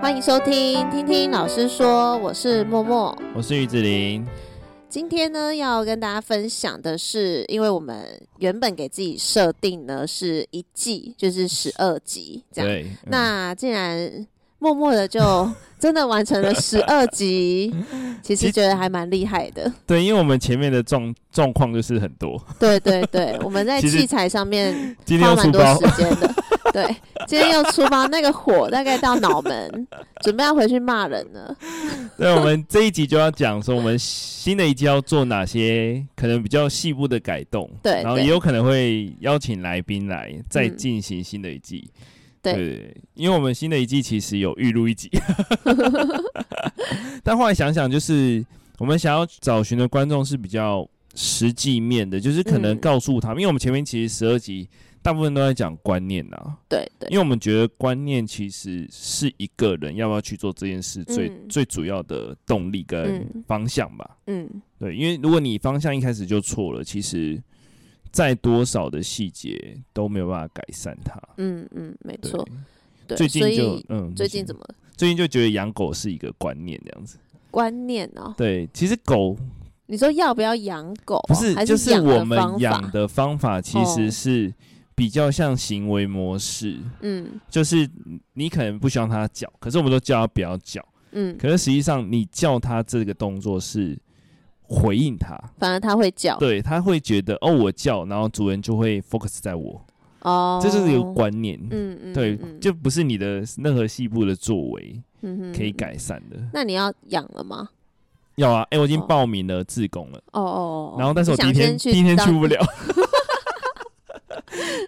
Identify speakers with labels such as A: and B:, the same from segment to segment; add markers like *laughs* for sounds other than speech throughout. A: 欢迎收听《听听老师说》，我是默默。
B: 我是于子林。
A: 今天呢，要跟大家分享的是，因为我们原本给自己设定呢是一季，就是十二集这样。
B: 对，嗯
A: 那竟然默默的就真的完成了十二
B: *laughs*
A: 集，其
B: 其
A: 实觉得还蛮厉害的。
B: 对，因为我们前面的状状况就是很多，
A: 对对
B: *laughs*
A: 对，我们在
B: 其实
A: 器材上面
B: 今天
A: 花
B: 又
A: 蛮
B: 出
A: 多
B: 包
A: 时，间
B: *laughs*
A: 的。对，今天又出发，那个火大概到脑门，准备要回去骂人了。
B: *laughs* 对，我们这一集就要讲说我们新的一季要做哪些可能比较细部的改动，
A: 对
B: 然后
A: 对
B: 也有可能会邀请来宾来再
A: 嗯
B: 进行新的一季。
A: 对
B: 对，因为我们新的一季其实有预录
A: *laughs*
B: 一集，但后来想想，就是我们想要找寻的观众是比较实际面的，就是可能
A: 嗯
B: 告诉他们，因为我们前面其实十二集大部分都在讲观念啊呐、
A: 对对
B: 因为我们觉得观念其实是一个人要不要去做这件事最、
A: 嗯
B: 最主要的动力跟
A: 嗯
B: 方向吧。
A: 嗯，
B: 对，因为如果你方向一开始就错了，其实再多少的细节都没有办法改善它。
A: 嗯嗯，没
B: 对，
A: 错。对，
B: 最近
A: 所
B: 就
A: 以
B: 嗯，
A: 最近怎
B: 么？
A: 么了
B: 最近就觉得养狗是一个观念这样子。
A: 观念哦？
B: 对，其实狗
A: 你说要不要养狗？
B: 不是，
A: 哦还
B: 就是
A: 养
B: 我
A: 的
B: 们
A: 方
B: 养
A: 法？
B: 的方法其
A: 哦
B: 实是比较像行为模式，
A: 嗯
B: 就是你可能不希望它叫，可是我们都叫它不要叫。
A: 嗯，
B: 可是实际上，你叫他这个动作是回应他，
A: 反而它会叫
B: 对他会觉得哦，我叫，然后主人就会 focus 在我，
A: 哦，
B: 这就是一个观念。
A: 嗯嗯，
B: 对，
A: 嗯
B: 就不是你的任何细部的作为可以。
A: 嗯嗯嗯
B: 改善的。
A: 那你要养了吗？
B: 要啊，哎、我已经
A: 哦
B: 报名了自贡了，
A: 哦哦，哦
B: 然后但是我
A: 你
B: 第一
A: 想
B: 天
A: 先
B: 第一天
A: 当 *laughs*
B: 去不了。 *laughs*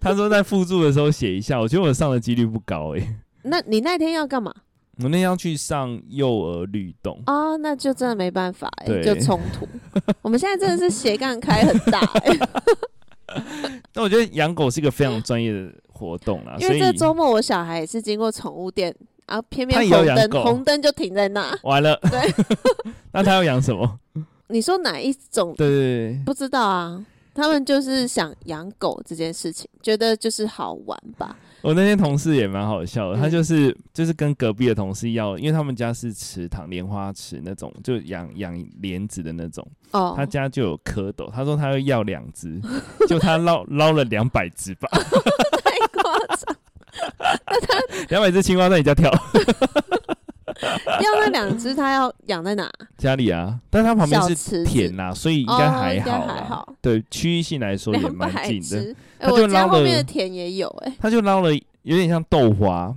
B: 他说在附注的时候写一下，我觉得我上的几率不高哎、
A: 那你那天要干嘛？
B: 我那天要去上幼儿律动，
A: 哦，那就真的没办法、欸，
B: 对
A: 就冲
B: *laughs*
A: 突。我们现在真的是斜杠开很大、欸，
B: 但我觉得养狗是一个非常专业的活动啦，
A: *laughs* 因
B: 啊所
A: 为
B: 以
A: 这周末我小孩也是经过宠物店，然后偏偏
B: 他也要
A: 红
B: 养
A: 灯
B: 狗
A: 红灯就停在那。
B: 完了，
A: 对，
B: *laughs* 那他要养什么？
A: 你说哪一种？
B: 对对对，
A: 不知道啊。他们就是想养狗这件事情，觉得就是好玩吧。
B: 我那天同事也蛮好笑的，他
A: 嗯
B: 就是就是跟隔壁的同事要，因为他们家是池塘莲花池那种，就养养莲子的那种，
A: 哦，
B: *laughs* 他家就有蝌蚪，他说他要要两只， *laughs* 就他捞捞了两百只吧， *laughs*
A: 太夸张，
B: 两百只青蛙在你家跳 *laughs*
A: 要那两只，他要养在哪？
B: 家里啊，但他旁边
A: 小
B: 是
A: 池子
B: 田啦，所以应该
A: 哦
B: 还
A: 应该
B: 好
A: 还
B: 啦，
A: 好
B: 对区域性来说也
A: 两
B: 蛮
A: 百
B: 近的，
A: 只。哎、
B: *laughs* 他就
A: 我家
B: 捞
A: 后面的
B: 了
A: 田也有、哎， *laughs*
B: 他就捞了有点像豆花，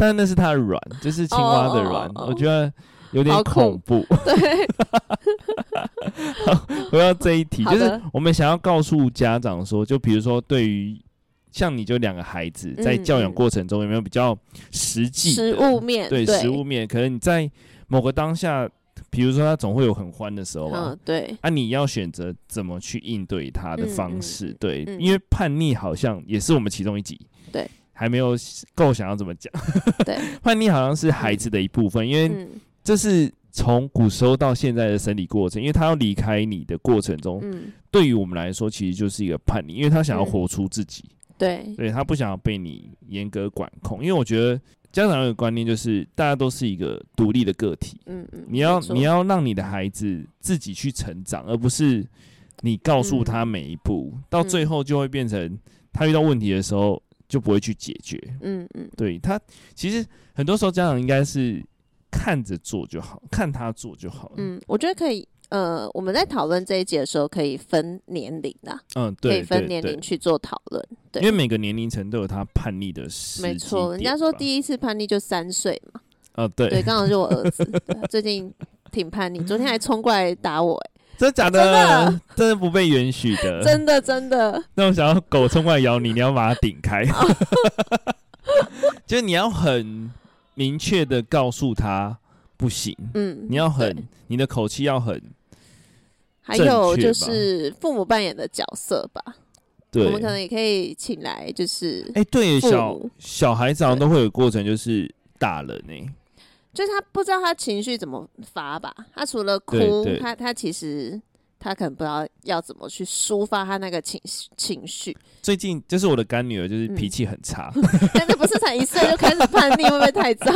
B: 但那是它的卵，就是青蛙的卵，
A: 哦哦哦哦
B: 我觉得有
A: 好
B: 点
A: 恐
B: 恐怖。
A: 对，
B: 回到这一题，
A: 好
B: 就
A: 的
B: 是我们想要告诉家长说，就比如说对于像你就两个孩子
A: 嗯
B: 在教养过程中有没有比较实际的
A: 食物面
B: 对
A: 对
B: 食物面，可能你在某个当下，比如说他总会有很欢的时候啊
A: 嗯，，对，
B: 啊，你要选择怎么去应对他的方式，
A: 嗯嗯嗯
B: 对，
A: 嗯
B: 因为叛逆好像也是我们其中一集，
A: 对，
B: 还没有够想要怎么讲，
A: 对，
B: *laughs* 叛逆好像是孩子的一部分，因为
A: 嗯
B: 这是从古时候到现在的生理过程，因为他要离开你的过程中，
A: 嗯，
B: 对于我们来说其实就是一个叛逆，因为他想要
A: 嗯
B: 活出自己，
A: 对，
B: 对他不想要被你严格管控，因为我觉得家长有个观念就是大家都是一个独立的个体，
A: 嗯嗯，
B: 你要
A: 没错
B: 你要让你的孩子自己去成长，而不是你告诉他每一步，
A: 嗯
B: 到最后就会变成他遇到问题的时候就不会去解决。
A: 嗯嗯
B: 对他，其实很多时候家长应该是看着做就好，看他做就好了。嗯
A: 嗯，我觉得可以。呃，我们在讨论这一节的时候，可以分年龄啦，可以
B: 嗯对
A: 分
B: 对
A: 年
B: 对
A: 龄，去做讨论。对
B: 因为每个年龄层都有他叛逆的时机
A: 没错，人
B: 点
A: 家说
B: 吧
A: 第一次叛逆就三岁嘛，
B: 啊、对，
A: 对，刚好是我儿子，对啊他最近挺叛逆，昨天还冲过来打我、欸，
B: *laughs* 真的假的？
A: 真
B: 的不被允许的。
A: 真的真的，
B: 那我想要狗冲过来咬你，你要把它顶
A: *laughs*
B: 开，就是你要很明确的告诉他不行，
A: 嗯，
B: 你要
A: 对
B: 很你的口气要很
A: 还有
B: 正确
A: 就
B: 吧
A: 是父母扮演的角色吧，
B: 对。
A: 我们可能也可以请来，就是、
B: 哎、对，
A: 父
B: 小
A: 母
B: 小孩子好像
A: 对
B: 都会有过程，就是大人哎、
A: 就是他不知道他情绪怎么发吧，他除了哭，
B: 对对
A: 他他其实他可能不知道要怎么去抒发他那个情绪情绪，
B: 最近就是我的干女儿，就是
A: 嗯
B: 脾气很差， *laughs*
A: 但是不是才一岁就开始叛逆，会不会太早？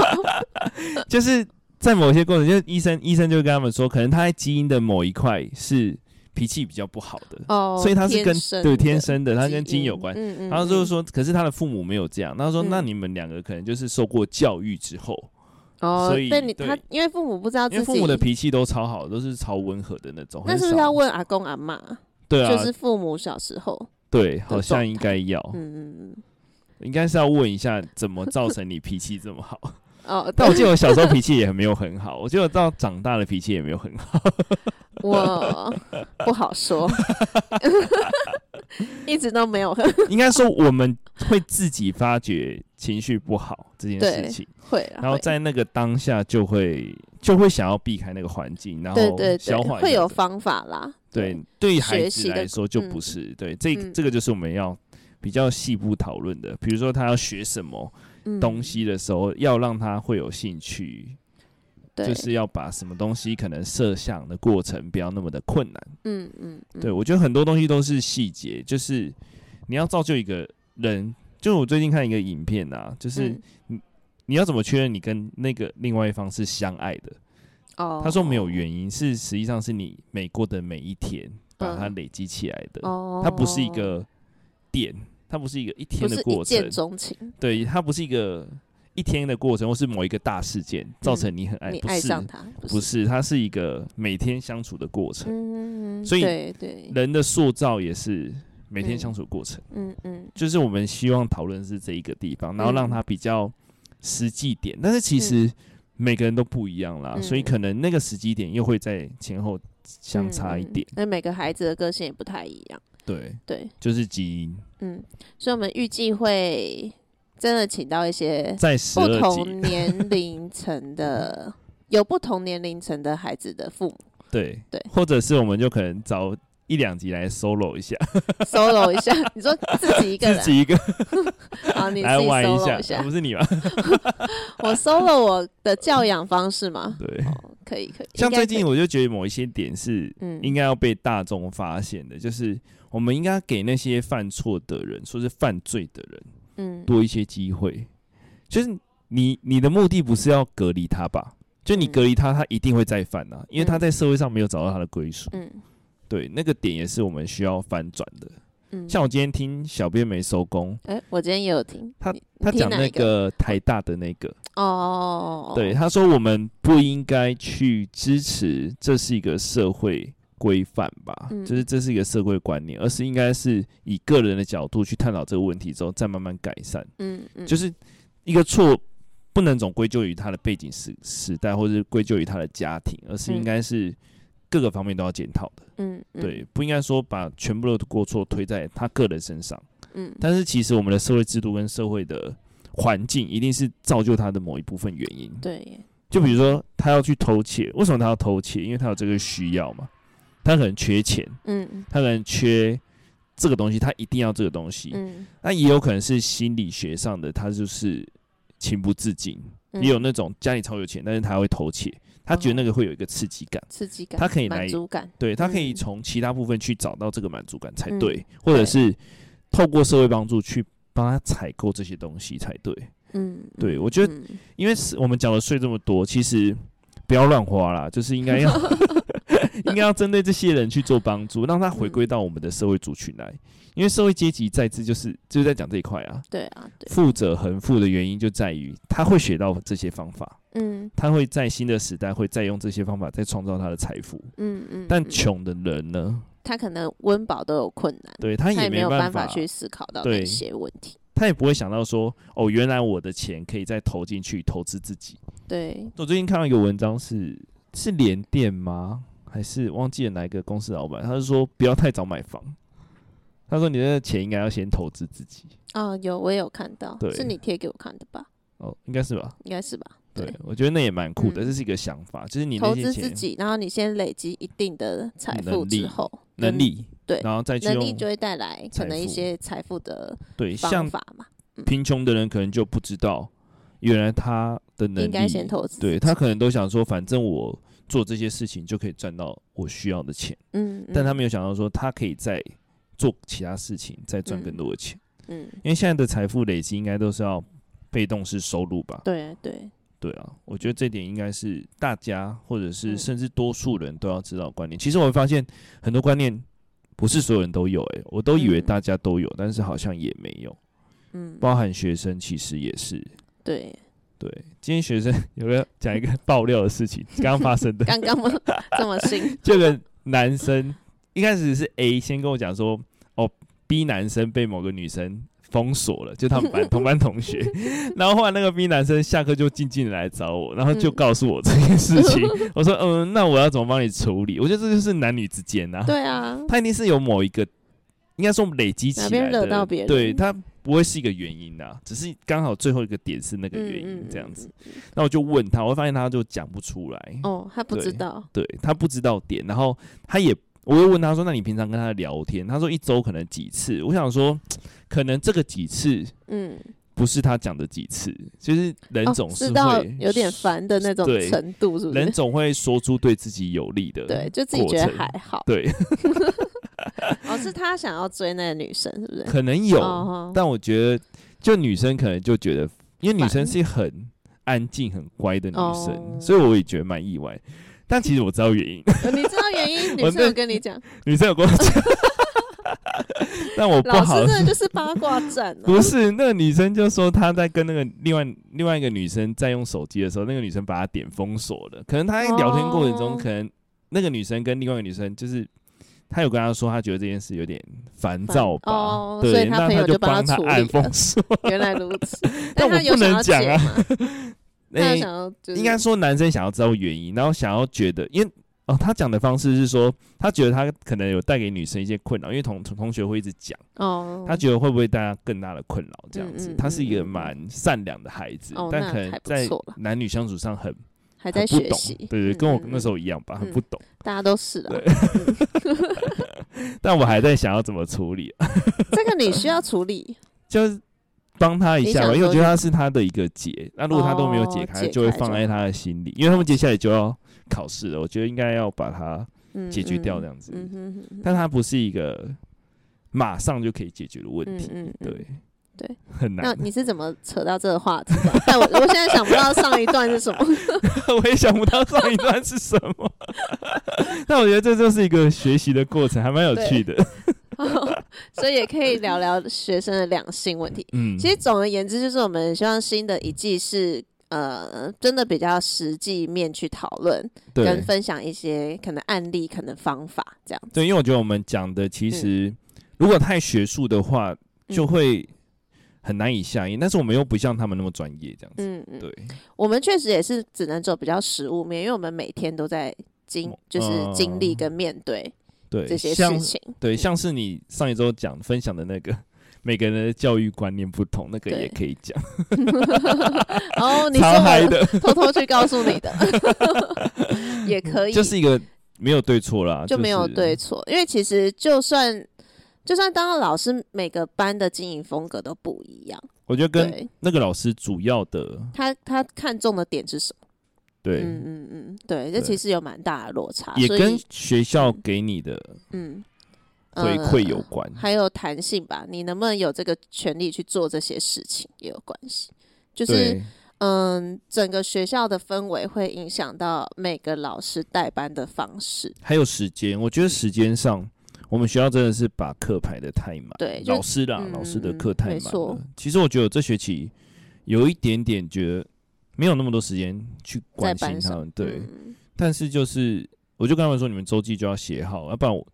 B: 就是在某些过程，就是医生医生就会跟他们说，可能他在基因的某一块是脾气比较不好的，
A: 哦，
B: 所以他是跟
A: 生
B: 对
A: 的
B: 天生的，他跟基
A: 基
B: 因
A: 因
B: 有关。
A: 嗯嗯
B: 然后就是
A: 嗯
B: 说，可是他的父母没有这样。他说，
A: 嗯
B: 那你们两个可能就是受过教育之后，
A: 哦，
B: 所以
A: 但你
B: 对
A: 他因为父母不知道哦自
B: 因为
A: 己，
B: 父母的脾气都超好，都是超温和的那种。
A: 那
B: 很
A: 是不是
B: 少
A: 要？问阿公阿妈？
B: 对啊，哦
A: 就是父母小时候，
B: 对，好
A: 状
B: 像应该要，
A: 嗯嗯
B: 应该是要问一下怎么造成你脾气这
A: *laughs*
B: 么好。
A: 嗯，哦，
B: 但我记得我小时候脾气也没有很好，我记得我到长大的脾气也没有很
A: *laughs*
B: 好。 *laughs*
A: 我不好说，一直都没有很
B: 应该说我们会自己发觉情绪不好这件
A: 对
B: 事情，
A: 会啦，
B: 然后
A: 会
B: 在那个当下就会就会想要避开那个环境，然
A: 对
B: 后
A: 对
B: 消化
A: 对，
B: 一下
A: 会有
B: 这个
A: 方法啦，
B: 对，对于孩
A: 学
B: 子
A: 习的
B: 来说就
A: 嗯
B: 不是、对，这
A: 嗯
B: 这个就是我们要比较细部讨论的。比如说他要学什么
A: 嗯
B: 东西的时候，要让他会有兴趣，
A: 对，
B: 就是要把什么东西可能设想的过程不要那么的困难。
A: 嗯嗯，嗯
B: 对我觉得很多东西都是细节，就是你要造就一个人。就我最近看一个影片啊，就是
A: 嗯
B: 你要怎么确认你跟那个另外一方是相爱的？
A: 哦，
B: 他说没有原因，是实际上是你每过的每一天把它
A: 嗯
B: 累积起来的。
A: 哦，
B: 它不是一个点，它不是一个一
A: 不
B: 天
A: 是
B: 的
A: 一
B: 过程
A: 见，钟情，
B: 对，它不是一个一天的过程，或是某一个大事件造成你很爱，
A: 嗯你
B: 哎不
A: 爱
B: 是
A: 上他
B: 不，是，它是一个每天相处的过程，
A: 嗯，
B: 所以
A: 对对，
B: 人的塑造也是每天
A: 嗯
B: 相处的过程，
A: 嗯嗯
B: 就是我们希望讨论是这一个地方，然后让
A: 嗯
B: 它比较实际点，但是其实。每个人都不一样啦，所以
A: 嗯
B: 可能那个时机点又会在前后相
A: 嗯
B: 差一
A: 嗯
B: 点。
A: 那每个孩子的个性也不太一样，
B: 对，
A: 对，
B: 就是基因
A: 嗯，所以我们预计会真的请到一些
B: 在十
A: 不
B: 二 *laughs* 集
A: 同年龄层的，有不同年龄层的孩子的父母
B: 对
A: 对
B: 或者是我们就可能找一两集来 solo 一下，
A: solo 一下。你说自己一个人
B: 自，己一个
A: 好，你自
B: 来
A: 己
B: 玩
A: solo
B: 下，
A: 一
B: 啊
A: 下。
B: 不是
A: *laughs*
B: 你吧？
A: 我 solo 我的教养方式吗？
B: 对，
A: 哦，可以可以。
B: 像
A: 应该
B: 最近
A: 可以
B: 我就觉得某一些点是
A: 嗯
B: 应该要被大众发现的，就是我们应该给那些犯错的人，说是犯罪的人
A: 嗯
B: 多一些机会，就是你你的目的不是要隔离他吧？就你
A: 嗯
B: 隔离他，他一定会再犯呐、因为他
A: 嗯
B: 在社会上没有找到他的归属。
A: 嗯
B: 对，那个点也是我们需要翻转的。
A: 嗯，
B: 像我今天听小编没收工，
A: 哎，我今天也有听
B: 他
A: 你
B: 他
A: 听
B: 讲
A: 哪
B: 那
A: 一
B: 个台大的那个，
A: 哦，
B: 对，他说我们不应该去支持这是一个社会规范吧，
A: 嗯
B: 就是这是一个社会观念，而是应该是以个人的角度去探讨这个问题之后，再慢慢改善。
A: 嗯嗯，
B: 就是一个错不能总归咎于他的背景时时代，或是归咎于他的家庭，而是
A: 嗯
B: 应该是各个方面都要检讨的。
A: 嗯嗯
B: 对，不应该说把全部的过错推在他个人身上。
A: 嗯
B: 但是其实我们的社会制度跟社会的环境一定是造就他的某一部分原因。
A: 对耶
B: 就比如说他要去偷窃，为什么他要偷窃？因为他有这个需要嘛，他可能缺钱，
A: 嗯
B: 他可能缺这个东西，他一定要这个东西。
A: 嗯
B: 那也有可能是心理学上的，他就是情不自禁。
A: 嗯，
B: 也有那种家里超有钱，但是他会偷窃，他觉得那个会有一个刺激感。
A: 刺激感，
B: 他可以来
A: 满足感，
B: 对他可以
A: 嗯
B: 从其他部分去找到这个满足感才
A: 嗯
B: 对，或者
A: 对
B: 是透过社会帮助去帮他采购这些东西才对。
A: 嗯，
B: 对
A: 嗯
B: 我觉得
A: 嗯
B: 因为是我们缴了税这么多，其实不要乱花啦，就是应该要应该要针对这些人去做帮助，让他
A: 嗯
B: 回归到我们的社会族群来。因为社会阶级在这就是就是在讲这一块啊，
A: *laughs* 对啊，对，
B: 富者恒富的原因就在于他会学到这些方法，
A: 嗯
B: 他会在新的时代会再用这些方法再创造他的财富。
A: 嗯嗯，
B: 但
A: 嗯
B: 穷的人呢，
A: 他可能温饱都有困难，
B: 对他
A: 他
B: 也
A: 也没有
B: 办
A: 办法
B: 法
A: 去思考到
B: 对
A: 那些问题。
B: 他也不会想到说，哦，原来我的钱可以再投进去投资自己。
A: 对，
B: 我最近看到一个文章是，是联电吗？还是忘记了哪一个公司老板？他就说不要太早买房，他说你的钱应该要先投资自己。
A: 啊，有我也有看到
B: 对，
A: 是你贴给我看的吧？
B: 哦，应该是吧？
A: 应该是吧？
B: 对，我觉得那也蛮酷的，
A: 嗯
B: 这是一个想法，就是你那
A: 投
B: 些
A: 资自
B: 钱
A: 己，然后你先累积一定的财富
B: 能力
A: 之后，
B: 能
A: 跟
B: 力，
A: 对
B: 然后再去
A: 能力
B: 用
A: 就会嗯带来
B: 财
A: 可能一
B: 富
A: 些财富的
B: 对，像
A: 方法嘛，
B: 贫穷的人可能就不知道，原来他的能
A: 应
B: 力
A: 该先投资自己。
B: 对他可能都想说，反正我做这些事情就可以赚到我需要的钱，
A: 嗯，嗯
B: 但他没有想到说他可以再做其他事情，再赚更多的钱。
A: 嗯，
B: 因为现在的财富累积应该都是要被动式收入吧？
A: 对对，
B: 对啊，我觉得这点应该是大家或者是
A: 嗯
B: 甚至多数人都要知道的观念。其实我会发现很多观念不是所有人都有、欸，我都以为
A: 嗯
B: 大家都有，但是好像也没有，
A: 嗯，
B: 包含学生其实也是。
A: 对，
B: 对，今天学生 *laughs* 有个讲一个爆料的
A: *laughs*
B: 事情，刚刚发生的，
A: 刚刚嘛 *laughs* 这么新，
B: 这个男生一开始是 A 先跟我讲说，哦，B 男生被某个女生封锁了，就他们班同班同
A: *laughs*
B: 学。然后后来那个 B 男生下课就静静的来找我，然后就
A: 嗯
B: 告诉我这件事
A: *laughs*
B: 情。我说，嗯，那我要怎么帮你处理？我觉得这就是男女之间啊，
A: 对啊，
B: 他一定是有某一个，应该说累积起
A: 哪
B: 来
A: 边
B: 的，
A: 惹到别人
B: 对他。不会是一个原因啊，只是刚好最后一个点是那个
A: 嗯
B: 原因
A: 嗯
B: 这样子
A: 嗯。
B: 那我就问他，我发现他就讲不出来。
A: 哦，他不
B: 对
A: 知道，
B: 对他不知道点，然后他也，我又问他说，那你平常跟他聊天？他说一周可能几次。我想说，可能这个几次
A: 嗯，
B: 不是他讲的几次，就是人
A: 哦
B: 总是
A: 知
B: 会、
A: 道有点烦的那种
B: 对
A: 程度，是不
B: 人
A: 是？
B: 总会说出对自己有利的，
A: *laughs* 对，就自己觉
B: 过
A: 得
B: 程
A: 还好。
B: 对， *laughs*
A: 哦，是他想要追那个女生，是不是？
B: 可能有，
A: 哦
B: 但我觉得就女生可能就觉得，因为女生
A: 烦
B: 是很安静、很乖的女生，
A: 哦
B: 所以我也觉得蛮意外。但其实我知道原因， *laughs*
A: 哦你知道原因？
B: 我
A: 女生
B: 那
A: 有跟你讲，
B: 女生有跟
A: *laughs*
B: 我讲，但我不
A: 老师
B: 好
A: 真的就是八卦战啊。
B: 不是，那个女生就说她在跟那个另外另外一个女生在用手机的时候，那个女生把她点封锁了。可能她在聊天过程中，
A: 哦
B: 可能那个女生跟另外一个女生就是。她有跟她说，她觉得这件事有点烦躁吧，
A: 烦哦所
B: 对，
A: 以她
B: 那
A: 朋
B: 她
A: 友就帮
B: 帮
A: 她
B: 她
A: 处理
B: 按
A: 了
B: 封
A: *laughs*
B: 锁。
A: 原来如
B: *laughs*
A: 此，
B: 但
A: 他
B: 我
A: 有
B: 不
A: 想
B: 能
A: 要
B: 讲
A: 解
B: 啊
A: 吗，
B: *laughs*
A: 那
B: 诶
A: 想要就是
B: 应该说男生想要知道原因，然后想要觉得，因为哦，他讲的方式是说，他觉得他可能有带给女生一些困扰，因为同同同学会一直讲，
A: 哦，
B: 他觉得会不会带他更大的困扰这样子。
A: 嗯嗯
B: 他是一个
A: 嗯嗯
B: 蛮善良的孩子，
A: 哦
B: 但
A: 那
B: 可能
A: 还不
B: 在
A: 错啦
B: 男女相处上很
A: 还在
B: 很不
A: 学
B: 懂
A: 习，，
B: 对对，
A: 嗯
B: 跟我
A: 嗯
B: 那时
A: 嗯
B: 候一样吧，
A: 嗯
B: 很不懂。
A: 大家都是啊
B: 对。但我还在想要怎么处理，啊
A: 这个你需要处
B: *laughs*
A: 理，
B: 就是帮他一
A: 你
B: 下吧，
A: 想
B: 因为我
A: 说
B: 觉得他是他的一个结。那如果他都没有解
A: 哦
B: 开，
A: 解
B: 就会
A: 开
B: 放
A: 就
B: 在他的心里，因为他们接下来就要考试了，我觉得应该要把它
A: 嗯，
B: 解决掉这
A: 样。
B: 样子。
A: 嗯哼哼哼，
B: 但它不是一个马上就可以解决的问
A: 嗯
B: 题，
A: 嗯，嗯
B: 对，
A: 对，
B: 很
A: 那
B: 难。
A: 你是怎么扯到这个话题的？ *laughs* 但我我现在想不到上一段是什么。 *laughs*
B: *laughs* 我也想不到上一段是什么，但我觉得这就是一个学习的过程，还蛮有趣的。
A: 所以也可以聊聊学生的两性问题。
B: *laughs* 嗯，
A: 其实总而言之，就是我们希望新的一季是呃，真的比较实际面去讨论，跟
B: 对
A: 分享一些可能案例、可能方法这样。
B: 对，因为我觉得我们讲的其实
A: 嗯
B: 如果太学术的话，就会很难以下咽，但是我们又不像他们那么专业，这样子。
A: 嗯嗯，
B: 对，
A: 我们确实也是只能走比较实务面，因为我们每天都在经
B: 嗯
A: 就是经历跟面对这
B: 对，
A: 些事
B: 像
A: 情。 *laughs*
B: 对像是你上一周讲分享的那个， *laughs* 每个人的教育观念不同，那个
A: 对
B: 也可以讲，
A: 哦，你是
B: *laughs* 超嗨
A: 我
B: 的。
A: *laughs* 偷偷去告诉你的， *laughs* 也可以，
B: 就是一个没有对错啦，
A: 就没有
B: 是
A: 对，错，因为其实就算就算当了老师，每个班的经营风格都不一样。
B: 我觉得跟
A: 对
B: 那个老师主要的
A: 他他看重的点是什么？
B: 对，
A: 嗯嗯嗯，对，这
B: 对
A: 其实有蛮大的落差，
B: 也
A: 啊所以
B: 跟学校给你的
A: 嗯呃
B: 回馈有关。
A: 还有弹性吧，你能不能有这个权利去做这些事情也有关系。就是
B: 对
A: 嗯，整个学校的氛围会影响到每个老师带班的方式。
B: 还有时间，我觉得时间上。我们学校真的是把课排的太满，
A: 对就
B: 老师啦，
A: 嗯
B: 老师的课太
A: 没
B: 满
A: 错
B: 了。其实我觉得我这学期有一点点觉得没有那么多时间去关
A: 在
B: 心
A: 班
B: 他
A: 上
B: 们，对。
A: 嗯
B: 但是就是，我就跟他们说，你们周记就要写好，要不然我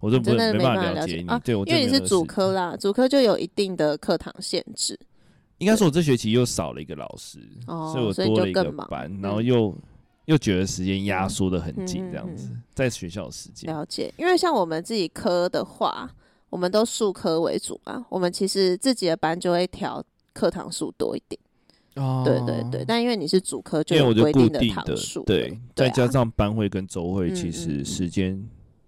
B: 我就不
A: 真的
B: 没
A: 没
B: 办
A: 办法
B: 了
A: 了
B: 解
A: 解
B: 你。
A: 啊
B: 对，我
A: 因为你
B: 真的没
A: 是
B: 有
A: 主
B: 时
A: 科啦，主科就有一定的课堂限制。
B: 应该说，我这学期又少了一个老师，
A: 哦
B: 所以我
A: 所以
B: 多
A: 就
B: 了一个
A: 更忙
B: 班
A: 嗯，
B: 然后又、又觉得时间压缩的很
A: 嗯
B: 紧，
A: 嗯
B: 这样子，
A: 嗯
B: 在学校的时间，
A: 了解，因为像我们自己科的话，我们都数科为主嘛，我们其实自己的班就会调课堂数多一点。
B: 哦
A: 对对对，，但因为你是主科，就
B: 因为
A: 有
B: 我就
A: 规
B: 固
A: 的
B: 定
A: 堂数了。
B: 对，
A: 对
B: 再
A: 啊
B: 加上班会跟周会，
A: 嗯
B: 其实
A: 嗯
B: 时间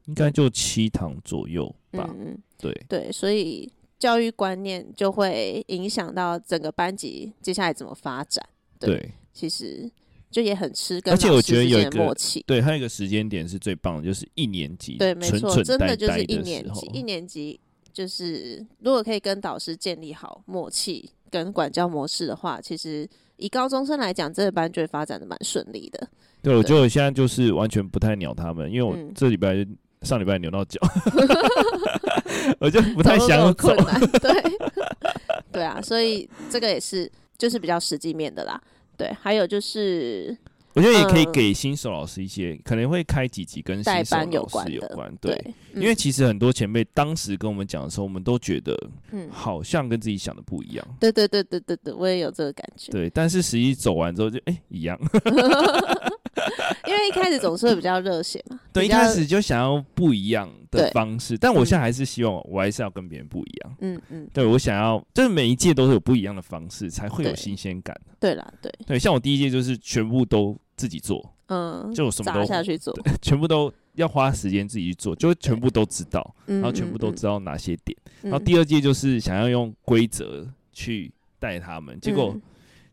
B: 应该就七堂左右吧，
A: 嗯嗯，
B: 对
A: 对，所以教育观念就会影响到整个班级接下来怎么发展。对
B: 对，
A: 其实就也很吃跟
B: 而且
A: 老
B: 我
A: 师
B: 觉得
A: 之
B: 有
A: 间
B: 一
A: 的
B: 个
A: 默契。
B: 对，还有一个时间点是最棒的，就是一年级，
A: 对，没
B: 纯
A: 错，
B: 纯
A: 真
B: 呆
A: 就是
B: 呆
A: 一
B: 的
A: 年
B: 时候
A: 级，，一年级就是如果可以跟导师建立好默契跟管教模式的话，其实以高中生来讲，这个班就会发展的蛮顺利的。
B: 对，我
A: 对
B: 觉得我现在就是完全不太鸟他们，因为我
A: 嗯
B: 这礼拜、上礼拜
A: *laughs*
B: 扭到脚，我就不太
A: 走路都有
B: 想走
A: 困。
B: *laughs*
A: 难，对 *laughs* 对啊，所以这个也是就是比较实际面的啦。对，还有就是
B: 我觉得也可以
A: 嗯
B: 给新手老师一些，可能会开几集跟
A: 代
B: 新手
A: 班有
B: 老
A: 关
B: 师有
A: 的
B: 关，对。
A: 对，嗯
B: 因为其实很多前辈当时跟我们讲的时候，我们都觉得
A: 嗯，
B: 好像跟自己想的不一样，
A: 对对对对对对，我也有这个感觉。
B: 对。但是实际走完之后就哎、一样，
A: *laughs* 因为一开始总是会比较热血嘛，
B: 对，
A: 比
B: 一
A: 较
B: 开始就想要不一样的
A: 对
B: 方式。但我现在还是希望我还是要跟别人不一样，
A: 嗯嗯，
B: 对我想要就是每一届都是有不一样的方式，才会有
A: 对
B: 新鲜感。
A: 对啦，对，
B: 对，像我第一届就是全部都自己做， *laughs*
A: 嗯，
B: 就我什么
A: 砸
B: 都
A: 下去做，
B: 全部都要花时间自己去做，就全部都知道，
A: 然
B: 然后全部
A: 嗯
B: 都知道哪些点。
A: 然
B: 然后第二届就是想要用规则去带他们，结
A: 嗯
B: 果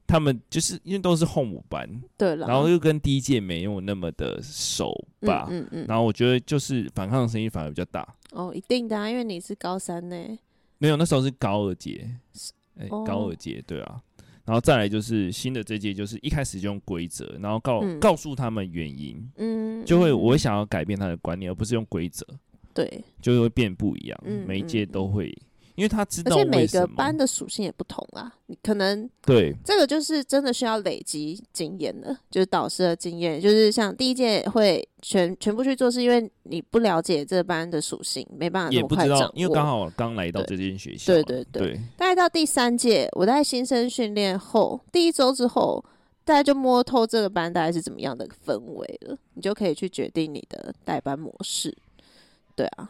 B: 他们就是因为都是后母班，
A: 对了，
B: 然后又跟第一届没有那么的熟
A: 嗯
B: 吧。
A: 嗯嗯，
B: 然后我觉得就是反抗的声音反而比较大，
A: 哦，一定的啊，因为你是高三呢，
B: 没有那时候是高二届，哎、
A: 哦
B: 高二届对啊，然后再来就是新的这届就是一开始就用规则，然后告、
A: 嗯
B: 告诉他们原因，
A: 嗯，
B: 就会
A: 嗯
B: 我会想要改变他的观念，而不是用规则，
A: 对，
B: 就会变不一样。
A: 嗯
B: 每一届
A: 嗯
B: 都会，因为他知
A: 而
B: 道
A: 且每
B: 为
A: 个
B: 什么。
A: 班的属性也不同啊，你可能
B: 对
A: 这个就是真的需要累积经验的，就是导师的经验，就是像第一届会全全部去做，是因为你不了解这班的属性，没办法那
B: 也
A: 么
B: 不
A: 快
B: 知
A: 掌
B: 道
A: 握，。
B: 因为刚好刚来到
A: 对
B: 这间学校
A: 对
B: 嘛，
A: 对对
B: 对
A: 大概到第三届，我在新生训练后第一周之后，大家就摸透这个班大概是怎么样的氛围了，你就可以去决定你的代班模式。对啊，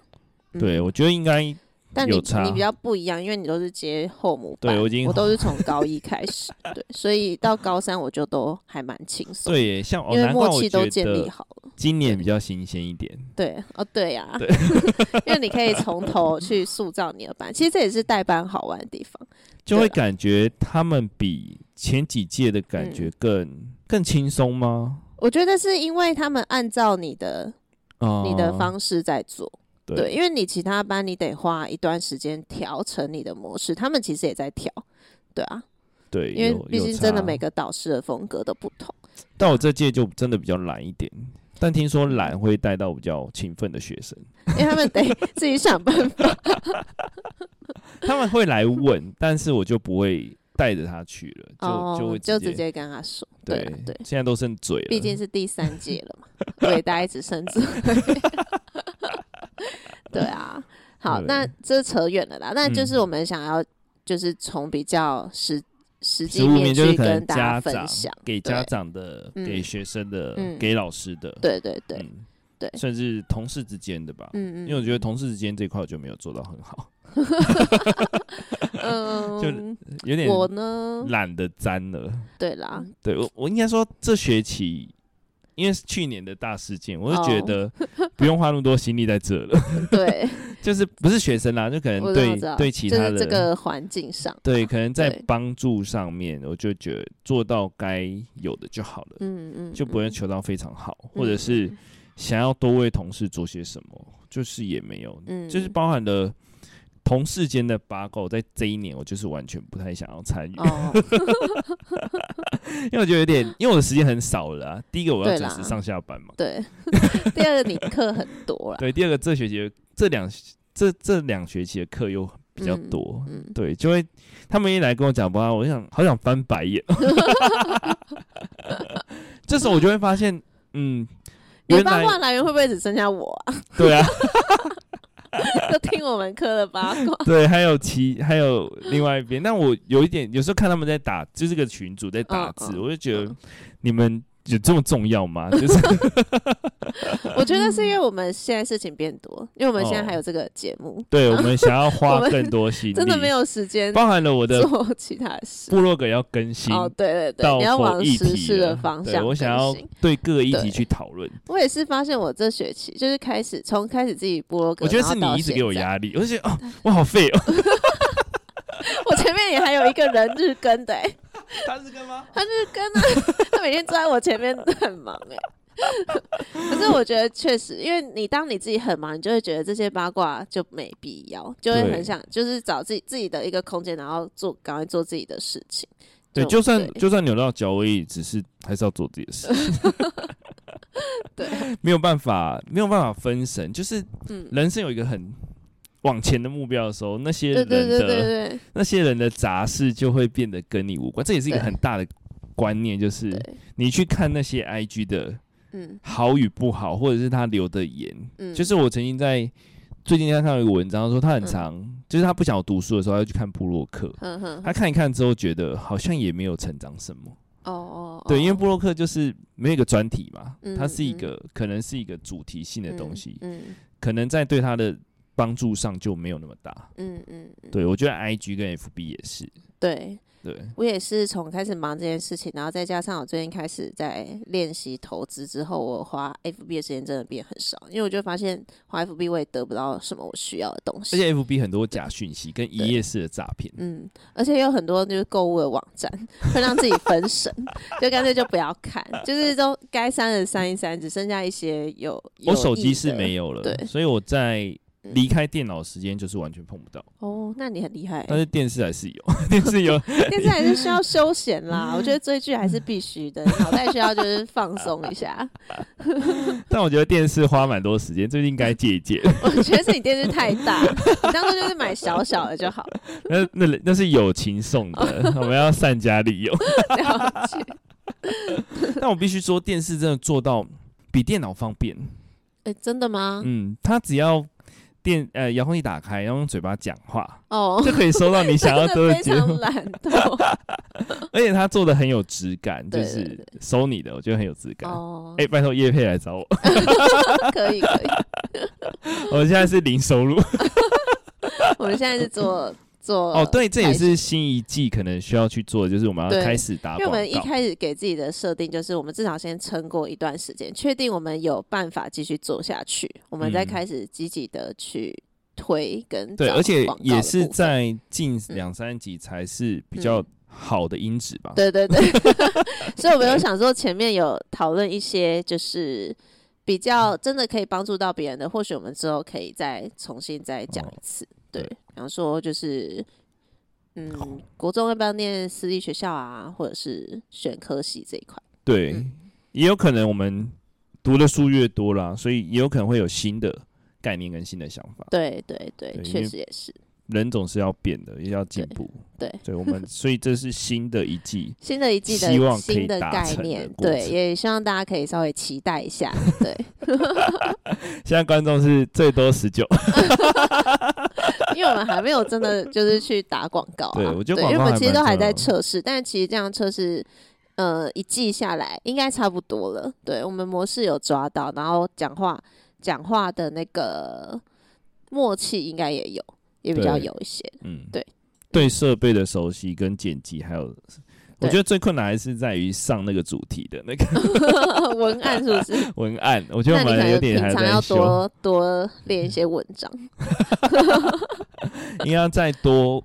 A: 嗯
B: 对我觉得应该
A: 但你
B: 有差
A: 你比较不一样，因为你都是接后母班，
B: 对我已经
A: 都是从高一开始，对，所以到高三我就都还蛮轻松，
B: 对耶，像哦，
A: 因为
B: 难怪
A: 默
B: 我
A: 契都
B: 觉
A: 建立
B: 得
A: 好了。
B: 今年比较新鲜一点。
A: 对，哦，对
B: *laughs*
A: 呀、 *laughs* 因为你可以从头去塑造你的班，其实这也是代班好玩的地方。
B: 就
A: 对啊
B: 会
A: 啦
B: 感觉他们比前几届的感觉
A: 嗯
B: 更、更轻松吗？
A: 我觉得是因为他们按照你的
B: 啊、
A: 你的方式在做，
B: 对
A: 对，因为你其他班你得花一段时间调整你的模式，他们其实也在调，对啊，
B: 对，
A: 因为
B: 有
A: 毕
B: 有
A: 竟真的
B: 差啊
A: 每个导师的风格都不同。
B: 但我这届就真的比较懒一点，但听
A: 嗯
B: 说懒会带到比较勤奋的学生，
A: 因为他们得 *laughs* 自己想办法。
B: 他们会来问，但是我就不会带着他去了， *laughs* 就、就
A: 哦
B: 会，
A: 就
B: 直啊
A: 直接跟他说，对
B: 对
A: 啊对，
B: 现在都剩嘴了，
A: 毕竟是第三届了
B: *laughs*
A: 嘛，伟大一直生智慧。对啊，好，
B: 对
A: 那这扯远了啦。那
B: 嗯
A: 就是我们想要，就是从比较实实际
B: 食物面就
A: 去
B: 是可能
A: 跟大
B: 家
A: 家分
B: 长
A: 享，
B: 给
A: 对
B: 家长的、
A: 嗯
B: 给学生的、
A: 嗯
B: 给老师的，
A: 对对对，
B: 嗯
A: 对
B: 甚至同事之间的吧，
A: 嗯嗯，
B: 因为我觉得同事之间这一块我就没有做到很好，
A: 嗯，
B: 有点
A: 我呢，
B: 懒得沾了。
A: 对啦， *laughs*
B: 对我，我应该说这学期，因为是去年的大事件，我就
A: 哦
B: 觉得不用花那么多心力在这了， *laughs*
A: 对，
B: 就是不是学生啦，就可能
A: 我知道
B: 嗯对
A: 知道
B: 对其
A: 就
B: 他
A: 是
B: 的
A: 这个环境上，
B: 对，可能在
A: 对
B: 帮助上面，我就觉得做到该有的就好了，
A: 嗯嗯，
B: 就不会
A: 嗯
B: 求到非常好，或者
A: 嗯
B: 是想要多为同事做些什么，就是也没有，
A: 嗯，
B: 就是包含了。同事间的八卦，在这一年我就是完全不太想要参与，
A: 哦，
B: 因为我觉得有点，因为我的时间很少了、啊。第一个我要
A: 对
B: 准
A: 啦
B: 时上下班嘛，
A: 对， *laughs* 第二个你课很多啦，
B: 对。第二个这学期的这两这这两学期的课又比较多，
A: 嗯，
B: 对，就会他们一来跟我讲话，我就想好想翻
A: *laughs*
B: 白眼。这时候我就会发现，嗯，
A: 你
B: 原
A: 的八
B: 来
A: 卦来源会不会只剩下我啊？ *laughs*
B: 对啊，
A: 就听我们科的
B: *laughs*
A: 八 *laughs* 卦。
B: 对，还有其还有另外一边，但我有一点，有时候看他们在打，就是个群主在打
A: 嗯
B: 字，
A: 嗯
B: 我就觉得
A: 嗯
B: 你们有这么重要吗？ *laughs* 就是
A: 我觉得是因为我们现在事情变多，因为我们现在
B: 哦
A: 还有这个节目，
B: 对我们想要花
A: 们
B: 更多心力，
A: 真的没有时间
B: 包含了我的
A: 做其他事。
B: 部落格要更新。
A: 哦，对对对，
B: 到
A: 你要
B: 否
A: 往
B: 议
A: 实
B: 题
A: 事
B: 了
A: 的方
B: 对
A: 向
B: 我想
A: 更
B: 要
A: 新
B: 对各个议
A: 对
B: 题去讨论。
A: 我也是发现，我这学期就是开始从开始自己播歌，
B: 我觉得
A: 然后
B: 是
A: 到
B: 你一直
A: 现
B: 给
A: *laughs*
B: 我
A: 在。
B: 压力，我就觉得哦，我好废哦。
A: 我前面也还有一个人日更的、欸，
B: *laughs* 他是干嘛？
A: 他就是跟啊，
B: *laughs*
A: 他每天坐在我前面很忙哎、 *laughs* 可是我觉得确实，因为你当你自己很忙，你就会觉得这些八卦就没必要，就会
B: 对
A: 很想就是找自己自己的一个空间，然后做赶快做自己的事情。
B: 对，
A: 这种
B: 就算
A: 对
B: 就算扭到脚，我也只是还是要做自己的事情，
A: *laughs* 对，
B: *laughs* 没有办法，没有办法分神。就是
A: 嗯，
B: 人生有一个很往前的目标的时候，那些
A: 对
B: 人
A: 对
B: 的
A: 对对对
B: 那些人的杂事就会变得跟你无关。这也是一个
A: 对
B: 很大的观念，就是
A: 对，
B: 你去看那些 IG 的
A: 嗯
B: 好与不好，或者是他留的言，
A: 嗯，
B: 就是我曾经在最近看到一个文章说，他很常、
A: 嗯
B: 就是他不想读书的时候，他就去看部落克。
A: 哼哼
B: 他看一看之后，觉得好像也没有成长什么。
A: 哦哦，
B: 对，因为
A: 哦
B: 布洛克就是没有一个专题嘛，
A: 嗯
B: 它是一个、可能是一个主题性的东西，
A: 嗯
B: 可能在对他的帮助上就没有那么大。
A: 嗯嗯嗯，
B: 对我觉得 I G 跟 F B 也是，
A: 对
B: 对
A: 我也是从开始忙这件事情，然后再加上我最近开始在练习投资之后，我花 FB 的时间真的变很少，因为我就发现花 FB 我也得不到什么我需要的东
B: 而
A: 西。
B: 且 F B 很多假讯息跟一
A: 对
B: 夜式的诈骗。
A: 嗯，而且有很多就是购物的网站会让自己分神， *laughs* 就干脆就不要看，就是都该删的删一删，只剩下一些有。
B: 我手机是没
A: 有
B: 有了，
A: 对
B: *laughs* 所以我在
A: 嗯
B: 离开电脑时间就是完全碰不到，
A: 哦，那你很厉害欸，
B: 但是电视还是有， *laughs* 电视有
A: 现在还是需要休闲啦。我觉得追剧还是必须
B: *laughs*
A: 的，脑袋需要就是放松一下。
B: 但我觉得电视花蛮多时间，最近应该戒一戒。
A: *laughs* 我觉得是你电视太大，你当初就是买小小的就好。
B: *laughs* 那那那是友情送
A: *laughs*
B: 的，我们要善加利用。
A: 了
B: *laughs*
A: 解。
B: 但我必须说，电视真的做到比电脑方便。
A: 哎、真的吗？
B: 嗯，它只要电呃遥控器打开，然后用嘴巴讲
A: *laughs*
B: 话，
A: 哦，
B: 就可以收到你想要
A: 真
B: 做
A: 的
B: 的
A: 非 *laughs*
B: 节目
A: 常。懒惰。
B: 而且它做的很有质感，就
A: 对对
B: 是收你的，我觉得很有质
A: *laughs*
B: 感。
A: 哦，
B: 哎、拜托叶佩来找我，
A: 可以可以。
B: 我现在是零收入。
A: 我们现在是做做
B: *laughs* 哦，对，这也
A: 开始
B: 是新一季可能需要去做的，就是我们要
A: 对
B: 开始打
A: 因为
B: 广
A: 我们一
B: 告。
A: 开始给自己的设定就是，我们至少先撑过一段时间，确定我们有办法继续做下去，我们再
B: 嗯
A: 开始积极的去推跟
B: 对，
A: 找
B: 而且
A: 广告
B: 也
A: 的
B: 是
A: 部分
B: 在近
A: 嗯
B: 两三集才是比较好的音质吧。
A: 对对对，
B: *laughs*
A: 所以我们有想说前面有讨论一些就是比
B: 嗯
A: 较真的可以帮助到别人的，或许我们之后可以再重新再讲一次。
B: 嗯
A: 对
B: 对，
A: 比方说就是嗯，国中要不要念私立学校啊，或者是选科系这一块？
B: 对，
A: 嗯
B: 也有可能我们读的书越多啦，所以也有可能会有新的概念跟新的想法。
A: 对对对
B: 对，因
A: 确
B: 为
A: 实也是。
B: 人总是要变的，也要进步。
A: 对对
B: 对我们所以这是新的一 *laughs* 季。
A: 新的一季
B: 希
A: 的
B: 望可以
A: 新的
B: 达
A: 概
B: 成的
A: 念，
B: 过
A: 对，
B: 程
A: 也希望大家可以稍微期待一下，对，
B: 现在观众是最多十九，
A: 因为我们还没有真的就是去打广告、啊，
B: 对我觉得
A: 因为
B: 广
A: 我
B: 告
A: 们
B: 还
A: 其实
B: 蛮
A: 都还
B: 重要
A: 在
B: 的
A: 测试，但其实这样测试，呃，一季下来应该差不多了。对我们模式有抓到，然后讲话讲话的那个默契应该也有，也比较
B: 对
A: 有一些。 *laughs*
B: 嗯，
A: 对，
B: 对设备的熟悉跟剪辑，还有我
A: 对
B: 觉得最困难还是在于上那个主题的那个 *laughs*
A: 文案是不是？
B: 文案，我觉得
A: 那
B: 我
A: 你可
B: 们有
A: 能
B: 点
A: 平
B: 还
A: 常要
B: 在修，
A: 多多练一些文
B: *laughs*
A: 章。 *laughs*
B: 应该要再多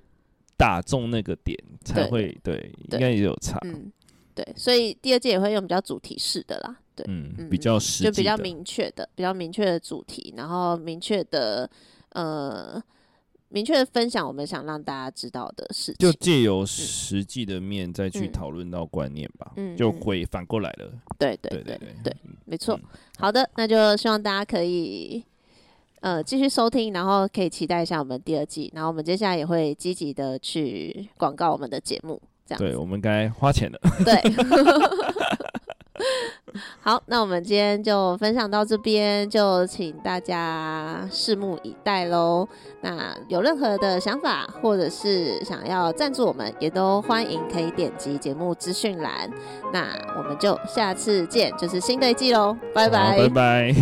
B: 打中那个点才
A: 对
B: 会对，应
A: 对
B: 该也有差，
A: 嗯，对，所以第二季也会用比较主题式的啦。对，
B: 嗯，
A: 嗯
B: 比较实
A: 就
B: 际的，
A: 比较明确的、比较明确的主题，然后明确的呃，明确的分享我们想让大家知道的事
B: 就
A: 情。
B: 借由实际的面再去
A: 嗯
B: 讨论到观念吧，
A: 嗯
B: 就
A: 嗯
B: 会反过来了。
A: 对对对
B: 对对
A: 对，没错
B: 嗯。
A: 好的，那就希望大家可以呃继续收听，然后可以期待一下我们第二季，然后我们接下来也会积极的去广告我们的节目，这样
B: 对，
A: 子。
B: 我们该花钱了。
A: 对。 *laughs* 好，那我们今天就分享到这边，就请大家拭目以待喽。那有任何的想法，或者是想要赞助我们，也都欢迎可以点击节目资讯栏。那我们就下次见，就是新的一季喽，拜
B: 好拜拜。